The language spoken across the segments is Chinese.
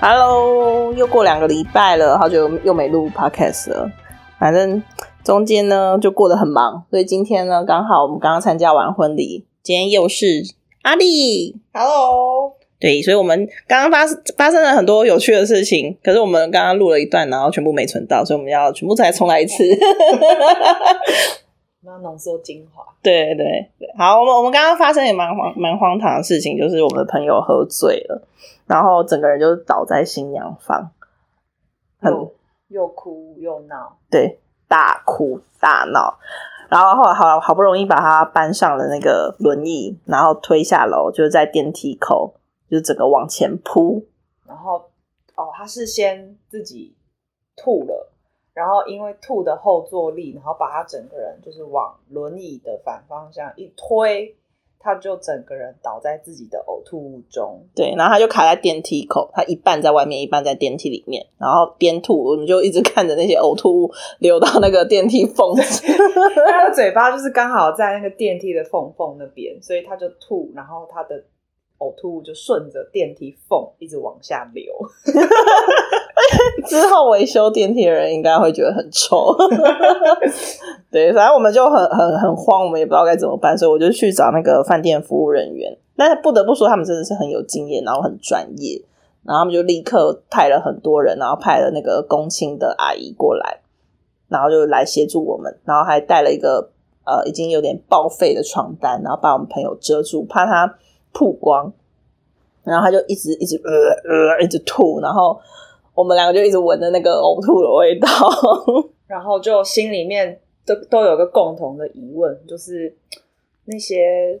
Hello，又过两个礼拜了，好久又没录 Podcast 了。反正中间呢就过得很忙，所以今天呢刚好我们刚刚参加完婚礼，今天又是阿丽。 Hello，对，所以我们刚刚发发生了很多有趣的事情，可是我们刚刚录了一段，然后全部没存到，所以我们要全部再重来一次。 我们要浓缩精华。对对对，好，我们我们刚刚发生也蛮荒蛮荒唐的事情，就是我们的朋友喝醉了，然后整个人就倒在新娘房，很又又哭又闹，对，大哭大闹，然后后来好好不容易把他搬上了那个轮椅，然后推下楼，就是在电梯口，就是整个往前扑，然后哦，他是先自己吐了，然后因为吐的后坐力，然后把他整个人就是往轮椅的反方向一推，他就整个人倒在自己的呕吐物中。 对，然后他就卡在电梯口，他一半在外面，一半在电梯里面，然后边吐，我们就一直看着那些呕吐物流到那个电梯缝子。他的嘴巴就是刚好在那个电梯的缝缝那边，所以他就吐，然后他的呕吐物就顺着电梯缝一直往下流。之后维修电梯的人应该会觉得很臭。对，反正我们就很很很慌，我们也不知道该怎么办，所以我就去找那个饭店服务人员。但是不得不说，他们真的是很有经验，然后很专业，然后他们就立刻派了很多人，然后派了那个公亲的阿姨过来，然后就来协助我们，然后还带了一个呃已经有点报废的床单，然后把我们朋友遮住，怕他曝光。然后他就一直一直呃呃一直吐，然后我们两个就一直闻着那个呕吐的味道。然后就心里面都都有个共同的疑问，就是那些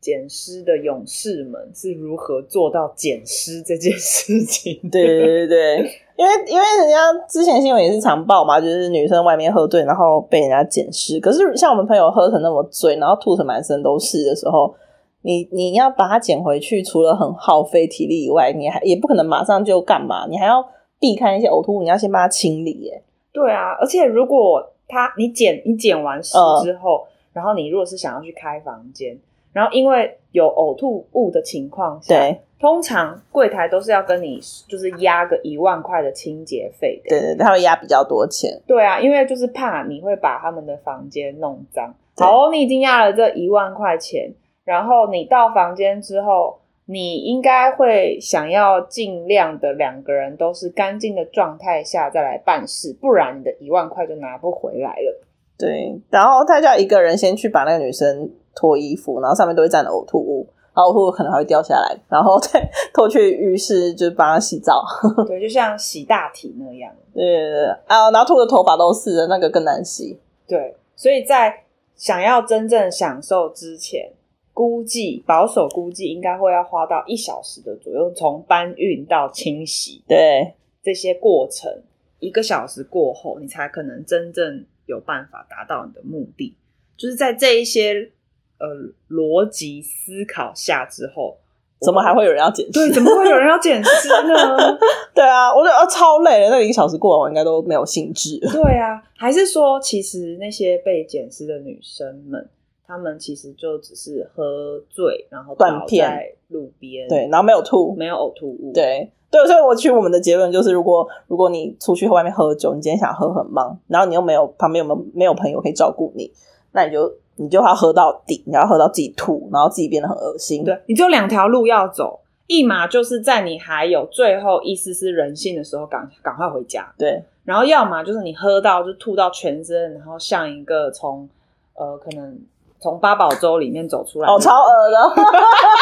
捡尸的勇士们是如何做到捡尸这件事情？对对对对，因为因为人家之前新闻也是常报嘛，就是女生外面喝醉，然后被人家捡尸。可是像我们朋友喝成那么醉，然后吐成满身都是的时候，你你要把它捡回去，除了很耗费体力以外，你还也不可能马上就干嘛，你还要避开一些呕吐物，你要先把它清理耶。对啊，而且如果他你捡你捡完尸嗯之后，然后你如果是想要去开房间，然后因为有呕吐物的情况下，对通常柜台都是要跟你就是压个一万块的清洁费的。对对，他会压比较多钱。对啊，因为就是怕你会把他们的房间弄脏。对好、哦，你已经压了这一万块钱，然后你到房间之后，你应该会想要尽量的两个人都是干净的状态下再来办事，不然你的一万块就拿不回来了。对，然后他叫一个人先去把那个女生脱衣服，然后上面都会沾了呕吐物，然后呕吐物可能还会掉下来，然后再拖去浴室就帮她洗澡。对，就像洗大体那样。对对对，啊，然后吐的头发都是的，那个更难洗。对，所以在想要真正享受之前，估计保守估计应该会要花到一小时的左右，从搬运到清洗。对这些过程，一个小时过后，你才可能真正有办法达到你的目的。就是在这一些呃逻辑思考下之后，怎么还会有人要捡对？尸？怎么会有人要捡尸呢？ 对啊，我觉得、啊、超累了，那个一个小时过完，我应该都没有兴致。对啊，还是说，其实那些被捡尸的女生们，她们其实就只是喝醉，然后断倒片在路边，对，，然后没有吐。没有呕吐物，，对对，所以我去我们的结论就是，如果如果你出去外面喝酒，你今天想喝很忙，然后你又没有旁边有没有没有朋友可以照顾你，那你就你就要喝到底，你要喝到自己吐，然后自己变得很恶心。对你只有两条路要走，一码就是在你还有最后一丝丝人性的时候赶赶快回家，对然后要么就是你喝到就吐到全身，然后像一个从呃可能从八宝粥里面走出来的，哦，超恶的。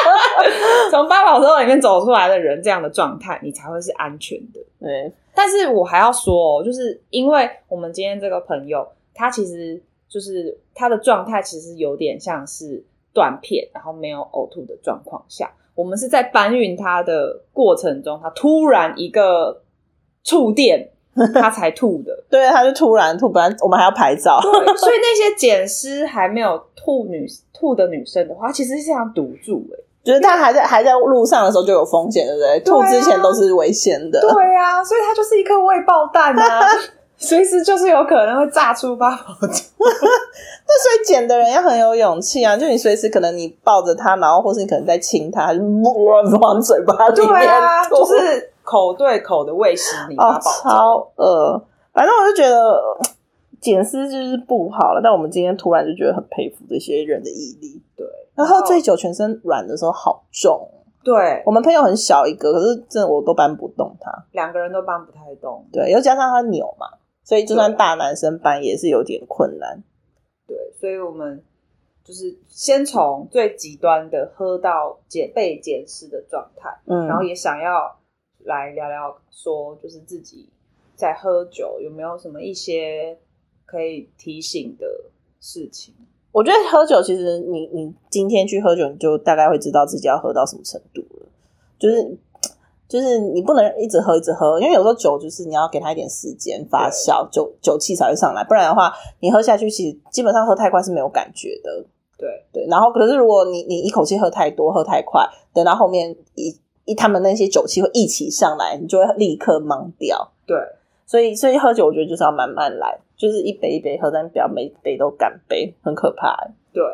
从八宝粥里面走出来的人这样的状态，你才会是安全的。对但是我还要说哦，就是因为我们今天这个朋友，他其实就是他的状态其实有点像是断片，然后没有呕吐的状况下，我们是在搬运他的过程中，他突然一个触电，他才吐的。对，他就突然吐，本来我们还要拍照。对，所以那些捡尸还没有吐女吐的女生的话，其实是想堵住哎、就是他还在还在路上的时候就有风险，对不对？吐对啊之前都是危险的。对啊，所以它就是一颗未爆弹啊， 随时就是有可能会炸出八宝粥。那所以捡的人要很有勇气啊！就你随时可能你抱着他，然后或是你可能在亲他，就 往嘴巴里对面啊，吐。就是口对口的喂食你哦八，宝粥，超饿。反正我就觉得减思就是不好了，但我们今天突然就觉得很佩服这些人的毅力。对，然哦后醉酒全身软的时候好重，对我们朋友很小一个，可是真的我都搬不动他。两个人都搬不太动，对，又加上他扭嘛，所以就算大男生搬也是有点困难。对，所以我们就是先从最极端的喝到减被减湿的状态，嗯，然后也想要来聊聊说，就是自己在喝酒有没有什么一些可以提醒的事情？我觉得喝酒其实你你今天去喝酒，你就大概会知道自己要喝到什么程度了。就是就是你不能一直喝一直喝，因为有时候酒就是你要给它一点时间发酵，酒酒气才会上来，不然的话你喝下去，其实基本上喝太快是没有感觉的。对对，然后可是如果你你一口气喝太多、喝太快，等到后面一一他们那些酒气会一起上来，你就会立刻懵掉。对，所以所以喝酒我觉得就是要慢慢来，就是一杯一杯喝，但不要每杯都干杯，很可怕、欸。对，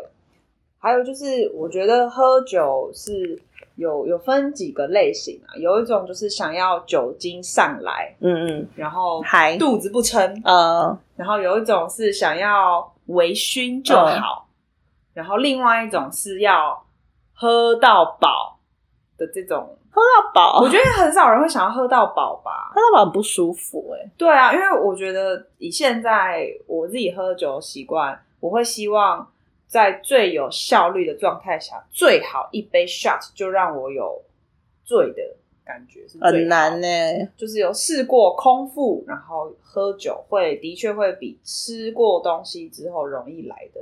还有就是，我觉得喝酒是有有分几个类型啊，有一种就是想要酒精上来，嗯嗯。然后嗨，肚子不撑，呃，然后有一种是想要微醺就好，然后另外一种是要喝到饱的这种，大宝，我我觉觉得很少人会想要喝到饱吧得。大宝很不舒服哎、对啊，因为我觉得以现在我自己喝酒的习惯，我会希望在最有效率的状态下，最好一杯 shot 就让我有醉的感觉是最好的很难欸呢、就是有试过空腹，然后喝酒会的确会比吃过东西之后容易来的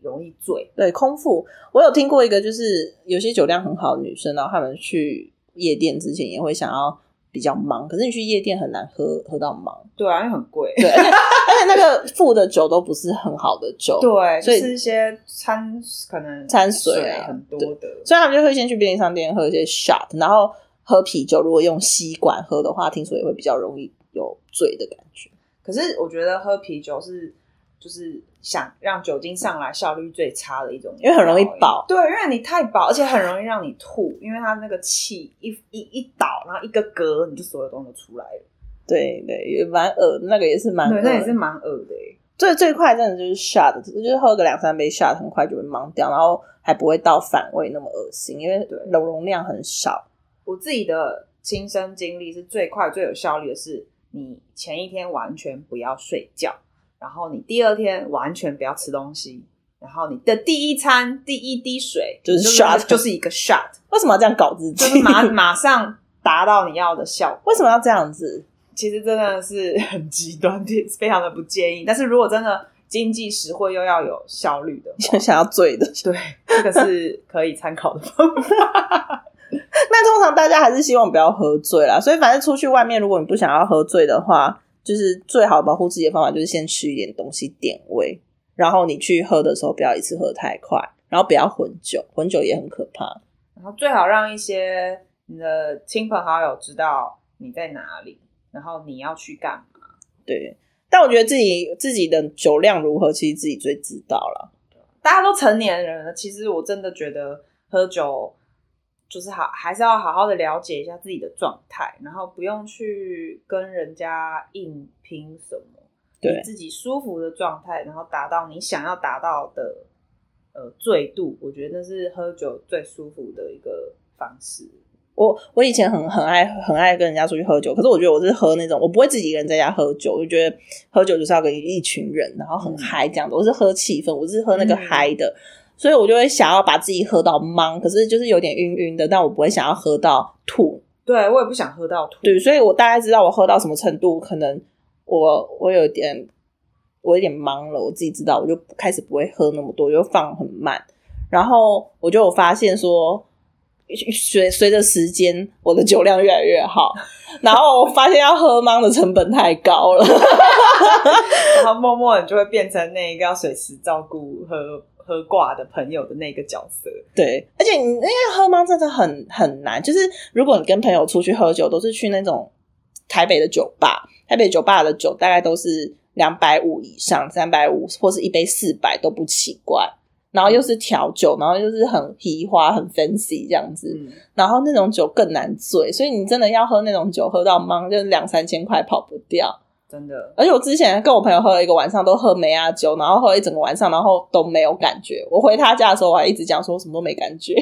容易醉。对，空腹，我有听过一个，就是有些酒量很好的女生，然后她们去夜店之前也会想要比较忙，可是你去夜店很难喝喝到忙，对啊，因为很贵。对，而且而且那个付的酒都不是很好的酒，对，啊所以就是一些掺可能掺水啊很多的。所以他们就会先去便利商店喝一些 shot，然后喝啤酒，如果用吸管喝的话，听说也会比较容易有醉的感觉。可是我觉得喝啤酒是就是想让酒精上来效率最差的一种饮因料，为很容易饱对，因为你太饱，而且很容易让你吐，因为它那个气一一一倒，然后一个嗝，你就所有东西都出来了。对对，也蛮恶，那个也是蛮恶对，的，那也是蛮恶的欸。最最快真的就是 shot，就是喝个两三杯 shot，很快就会忙掉，然后还不会到反胃那么恶心，因为对容容量很少。我自己的亲身经历是最快最有效率的是，你前一天完全不要睡觉，然后你第二天完全不要吃东西，然后你的第一餐第一滴水就是你 shot 就是一个 shot，为什么要这样搞自己？就 是马马上达到你要的效果。为什么要这样子？，其实真的是很极端的，非常的不建议。但是如果真的经济实惠又要有效率的想要醉的？对，这个是可以参考的方法。那通常大家还是希望不要喝醉啦，所以反正出去外面，如果你不想要喝醉的话，就是最好保护自己的方法就是先吃一点东西点胃，然后你去喝的时候不要一次喝太快，然后不要混酒，混酒也很可怕。然后最好让一些你的亲朋好友知道你在哪里，然后你要去干嘛。对，但我觉得自己自己的酒量如何，其实自己最知道了。大家都成年人了，其实我真的觉得喝酒就是好，还是要好好的了解一下自己的状态，然后不用去跟人家硬拼什么，对你自己舒服的状态，然后达到你想要达到的呃醉度，我觉得那是喝酒最舒服的一个方式。我我以前很很爱很爱跟人家出去喝酒，可是我觉得我是喝那种我不会自己一个人在家喝酒，我就觉得喝酒就是要跟一群人，然后很嗯嗨这样的。我是喝气氛，我是喝那个嗯嗨的，所以我就会想要把自己喝到懵，可是就是有点晕晕的，但我不会想要喝到吐。对我也不想喝到吐，对，所以我大概知道我喝到什么程度，可能我我有点我有点忙了，我自己知道，我就开始不会喝那么多，我就放很慢。然后我就有发现说，随随着时间，我的酒量越来越好。然后我发现要喝忙的成本太高了，然后默默你就会变成那一个要随时照顾喝喝挂的朋友的那个角色。对，而且你因为喝忙真的很很难，就是如果你跟朋友出去喝酒，都是去那种台北的酒吧，台北酒吧的酒大概都是两百五以上，三百五或是一杯四百都不奇怪。然后又是调酒，然后又是很皮花、很 fancy 这样子，嗯，然后那种酒更难醉，所以你真的要喝那种酒，喝到懵，就是两三千块跑不掉。真的，而且我之前跟我朋友喝了一个晚上，都喝梅亚酒，然后喝一整个晚上，然后都没有感觉。我回他家的时候，我还一直讲说我什么都没感觉。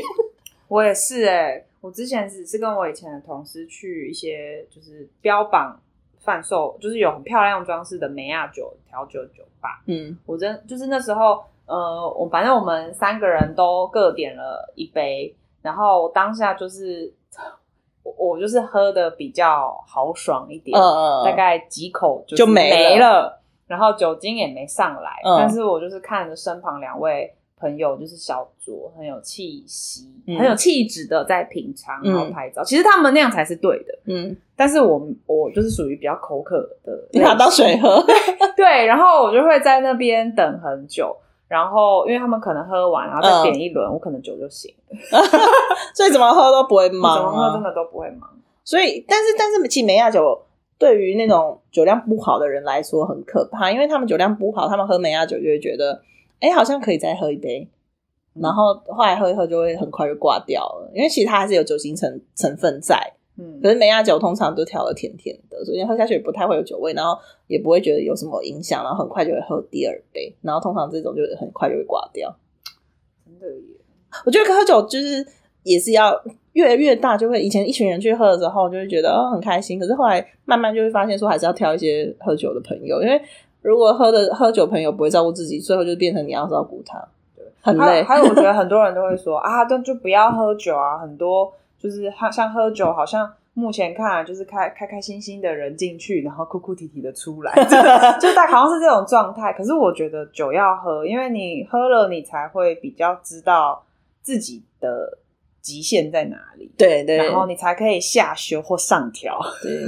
我也是哎、我之前只是跟我以前的同事去一些就是标榜贩售，就是有很漂亮装饰的美亚酒调酒酒吧，嗯我真就是那时候，呃，我反正我们三个人都各点了一杯，然后当下就是我我就是喝的比较豪爽一点，嗯嗯，大概几口就是没没了然后酒精也没上来，嗯但是我就是看着身旁两位朋友，就是小酌，很有气息，嗯很有气质的在品尝，嗯然后拍照。其实他们那样才是对的，嗯，但是我我就是属于比较口渴的，你拿当水 喝。 对，然后我就会在那边等很久。然后，因为他们可能喝完，然后再嗯点一轮，我可能酒就醒了，所以怎么喝都不会我忙、怎么喝真啊。的都不会忙。所以，但是但是，其实梅亚酒对于那种酒量不好的人来说很可怕，因为他们酒量不好，他们喝梅亚酒就会觉得，哎、好像可以再喝一杯，嗯然后后来喝一喝就会很快就挂掉了，因为其实它还是有酒精成成分在。嗯可，是梅亚酒通常都调的甜甜的，所以喝下去也不太会有酒味，然后也不会觉得有什么影响，然后很快就会喝第二杯，然后通常这种就很快就会挂掉。真的耶，我觉得喝酒就是也是要越越大，就会以前一群人去喝的时候，就会觉得哦很开心，可是后来慢慢就会发现说，还是要挑一些喝酒的朋友，因为如果喝的喝酒朋友不会照顾自己，最后就变成你要照顾他，很还有累。 还有，我觉得很多人都会说啊，但就不要喝酒啊。很多就是他像喝酒，好像目前看来就是开开开心心的人进去，然后哭哭啼啼的出 来， 就大好像是这种状态。可是我觉得酒要喝，因为你喝了，你才会比较知道自己的极限在哪里，对对然后你才可以下修或上 调。对，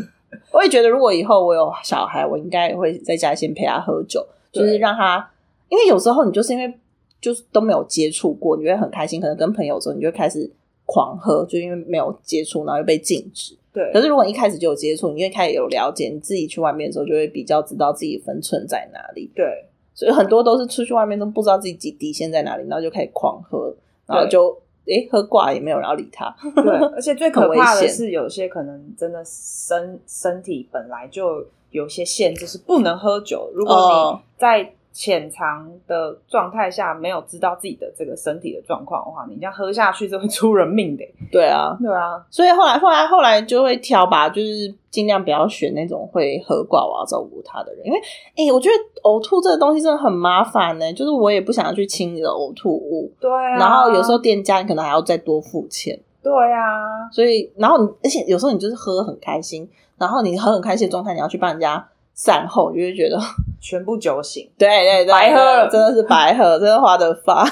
我也觉得如果以后我有小孩，我应该也会在家先陪他喝酒，对就是让他，因为有时候你就是因为就是都没有接触过，你会很开心，可能跟朋友的时候，你就会开始狂喝，就因为没有接触，然后又被禁止。对可，是如果你一开始就有接触，你一开始有了解，你自己去外面的时候就会比较知道自己分寸在哪里。对，所以很多都是出去外面都不知道自己底线在哪里，然后就开始狂喝，然后就诶喝挂了也没有人要理他。 对，而且最可很危怕的险是，有些可能真的身身体本来就有些限制，是不能喝酒。如果哦你在潜藏的状态下没有知道自己的这个身体的状况的话，你这样喝下去是会出人命的。 对啊，对啊，所以后来后来后来就会挑吧，就是尽量不要选那种会喝挂我要照顾他的人，因为诶、我觉得呕吐这个东西真的很麻烦呢、就是我也不想要去清你的呕吐物，对啊。然后有时候店家你可能还要再多付钱。对啊，所以，然后你，而且有时候你就是喝得很开心，然后你喝很开心的状态，你要去帮人家善后，你就会觉得， 全部酒醒。对对对，白喝了真的是白喝，真的花的 发。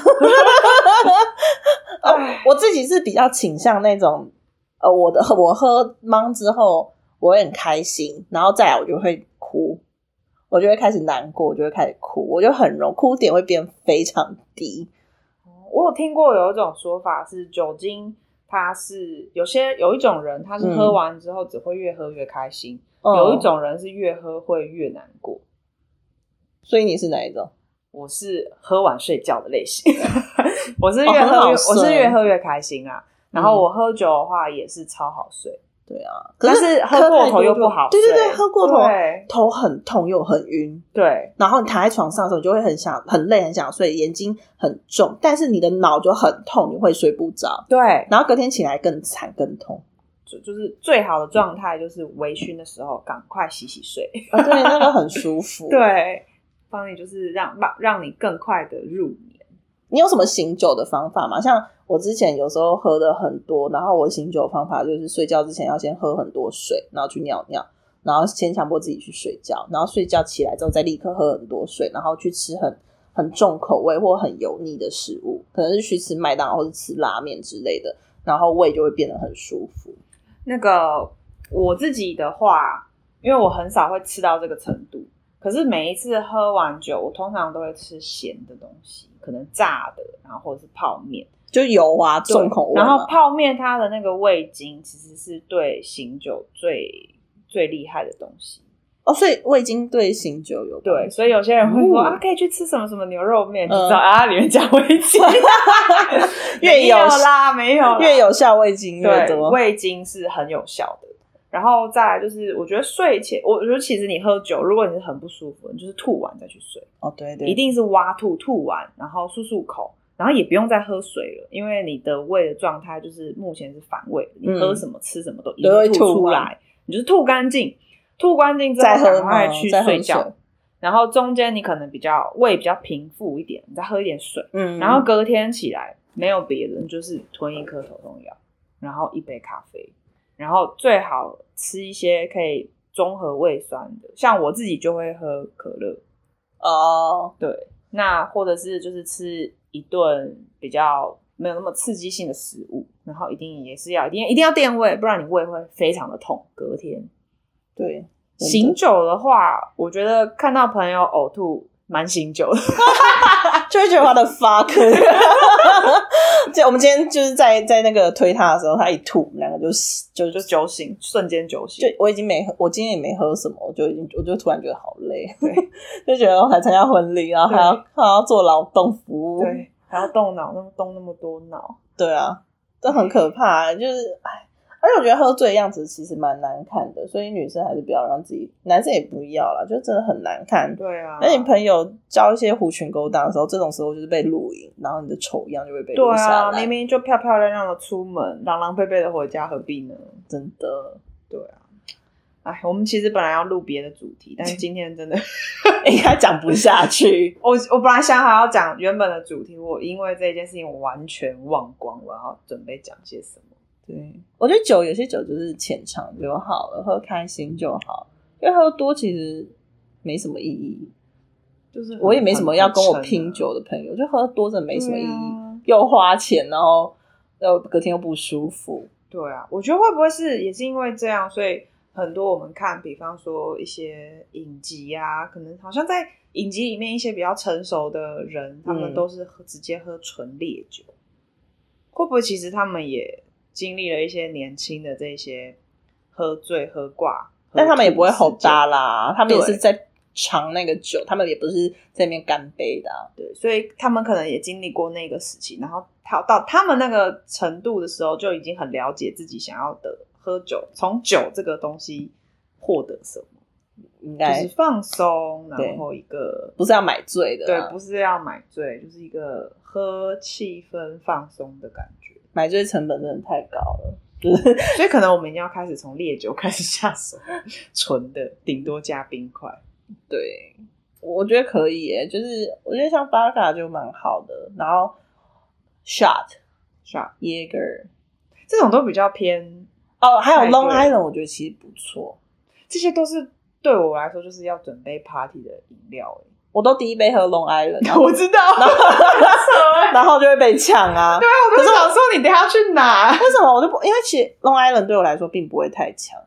哦，我自己是比较倾向那种，呃，我的我喝懵之后，我会很开心，然后再来我就会哭，我就会开始难过，我就会开始哭，我就很容哭点会变非常低。我有听过有一种说法是酒精。它是有些有一种人，他是喝嗯完之后只会越喝越开心；嗯有一，种人是越喝会越难过。所以你是哪一种？我是喝完睡觉的类型， 我是越哦很喝好越、睡我嗯是越喝越开心啊。然后我喝酒的话也是超好睡，可但是喝喝过太头多又就不好睡，对对对喝过头对头很痛又很晕。对然后你躺在床上的时候，你就会很想、很累、很想睡，眼睛很重，但是你的脑就很痛，你会睡不着，对，然后隔天起来更惨、更痛。就就是最好的状态就是微醺的时候赶快洗洗睡， 啊、对，那个很舒服。，对，帮你就是让让让你更快的入眠。你有什么醒酒的方法吗？像我之前有时候喝的很多，然后我醒酒的方法就是睡觉之前要先喝很多水，然后去尿尿，然后先强迫自己去睡觉，然后睡觉起来之后再立刻喝很多水，然后去吃很。很重口味或很油腻的食物，可能是去吃麦当劳或是吃拉面之类的，然后胃就会变得很舒服。那个我自己的话，因为我很少会吃到这个程度，可是每一次喝完酒，我通常都会吃咸的东西，可能炸的，然后或者是泡面，就油啊，对重口味然嘛。后泡面它的那个味精其实是对醒酒最最厉害的东西，哦，所以味精对醒酒有帮对，所以有些人会说、哦啊，可以去吃什么什么牛肉面，你嗯知道啊，里面加味 精，越没有有啦，没有啦越有效味精越对，多。味精是很有效的。然后再来就是，我觉得睡前，我我觉得其实你喝酒，如果你是很不舒服，你就是吐完再去睡，哦，对对，一定是挖吐吐完，然后漱漱口，然后也不用再喝水了，因为你的胃的状态就是目前是反胃，你喝什么吃什么都一嗯都会定吐吐出完来，你就是吐干净，吐干净之后再喝赶快吗去再喝睡水觉，然后中间你可能比较胃比较平复一点，你再喝一点水。嗯，然后隔天起来没有别的，就是吞一颗头痛药，然后一杯咖啡，然后最好吃一些可以中和胃酸的，像我自己就会喝可乐，哦，对，那或者是就是吃一顿比较没有那么刺激性的食物，然后一定也是要一定一定要垫胃，不然你胃会非常的痛，隔天。对，真的醒酒的话，我觉得看到朋友呕吐蛮醒酒的，就会觉得他的 fuck。就我们今天就是在在那个推他的时候，他一吐，我们两个就就就就酒醒，瞬间酒醒就。我已经没喝，我今天也没喝什么，我就已经我就突然觉得好累，就觉得我还参加婚礼，然后还要对还要做劳动服务，对，还要动脑，那么动那么多脑，对啊，这很可怕、就是哎，而且我觉得喝醉的样子其实蛮难看的，所以女生还是不要让自己，男生也不要啦，就真的很难看。对啊，那你朋友交一些狐群狗党的时候，这种时候就是被录影，然后你的丑样就会被录对下啊，来。 明明就漂漂亮亮的出门，狼狼狈狈的回家，何必呢？啊真的，哎，我们其实本来要录别的主题，但是今天真的，应该讲不下 。去我我本来想好要讲原本的主题，我因为这件事情我完全忘光，我要准备讲些什么。对，我觉得酒有些酒就是浅尝就好了，喝开心就好，因为喝多其实没什么意义。就是很我也没什么要跟我很啊拼酒的朋友，就喝多真的没什么意义，对啊又花钱，然后又隔天又不舒服。对啊，我觉得会不会是也是因为这样，所以很多我们看，比方说一些影集啊，可能好像在影集里面一些比较成熟的人，他嗯们都是喝直接喝纯烈酒，会不会其实他们也经历了一些年轻的这些喝醉、喝挂，但他们也不会喝吼吐事件搭啦，他们也对是在尝那个酒，他们也不是在那边干杯的啊、对，所以他们可能也经历过那个时期，然后他到他们那个程度的时候，就已经很了解自己想要的喝酒，从酒这个东西获得什么，应就该是放松，对然后一个不是要买醉的、对，啊，不是要买醉，就是一个喝气氛放松的感觉。买醉成本真的太高了，就是所以可能我们一定要开始从烈酒开始下手，纯的，顶多加冰块。对，我觉得可以耶，就是我觉得像 Vodka 就蛮好的，然后 Shot、是吧？ Jaeger，这种都比较偏，哦，还有派对 Long Island，我觉得其实不错，这些都是对我来说就是要准备 party 的饮料、欸。 我都第一杯喝 Long Island，然后我知道，然后就会被呛啊。对，我不是想说你等一下去拿，为什么我就不？因为其实 Long Island 对我来说并不会太 强，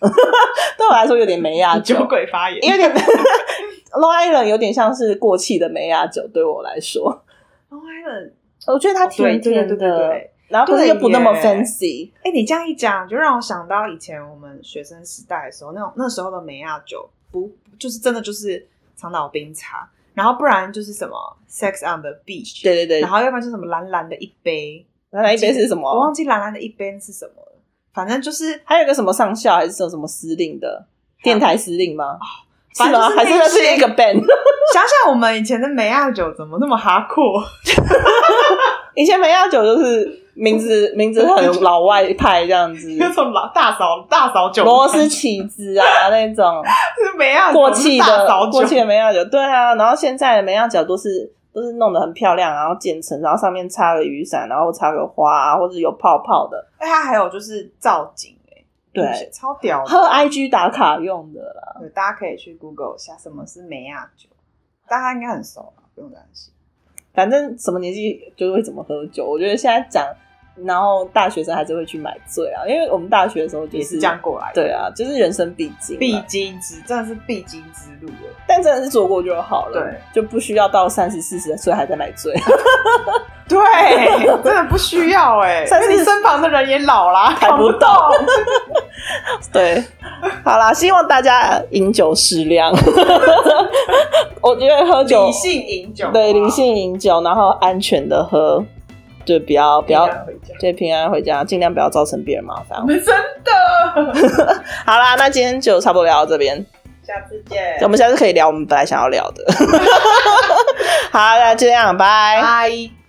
对我来说有点梅亚酒酒，鬼发言，因为有点 Long Island 有点像是过气的梅亚酒，对我来说， Long Island，我觉得它甜甜，Oh 哦对对对对的对，然后可是又不那么对耶 fancy。哎、你这样一讲，就让我想到以前我们学生时代的时候，那种那时候的美亚酒，不就是真的就是长岛冰茶，然后不然就是什么 Sex on the Beach，对对对然，后要不然就是什么蓝蓝的一杯，那那一杯是什我么忘？记蓝蓝的一杯是什么了，反正就是还有一个什么上校还是什么什么司令的电台司令吗？是反正吗？就是还是那那一是些一 个 band？想想我们以前的美亚酒怎么那么哈阔，嗯以前梅亚酒就是名 字名字很老外派这 样子，有种老大嫂大嫂酒的螺感 觉，丝起子啊那种。是美亚酒过气是大嫂的 酒，过气的梅亚酒，对啊，然后现在的梅亚酒都是都是弄得很漂亮，然后渐层，然后上面插个雨伞，然后插个花啊，或者有泡泡的，哎，它还有就是造景、哎，对，，超屌的。喝 IG 打卡用的啦。对，大家可以去 Google 一下什么是梅亚酒，大家应该很熟啊，不用担心。反正什么年纪就会怎么喝酒，我觉得现在讲，然后大学生还是会去买醉啊，因为我们大学的时候就也是这样，过来的，对啊，就是人生必经啊，必经之真的是必经之路哎。但真的是做过就好了，对，就不需要到三十四十岁还在买 醉。 对，真的不需要哎、三但十是你身旁的人也老啦，还扛不动。对，好啦，希望大家饮酒适量。 我觉得喝酒理性饮酒，对理，性饮酒，然后安全的喝，就不要不不要回家。 对啊平安回家，尽量不要造成别人麻烦我。们真的，好啦，那今天就差不多聊到这边，下次见， 我们下次可以聊我们本来想要聊的。好，那就这样，拜。拜。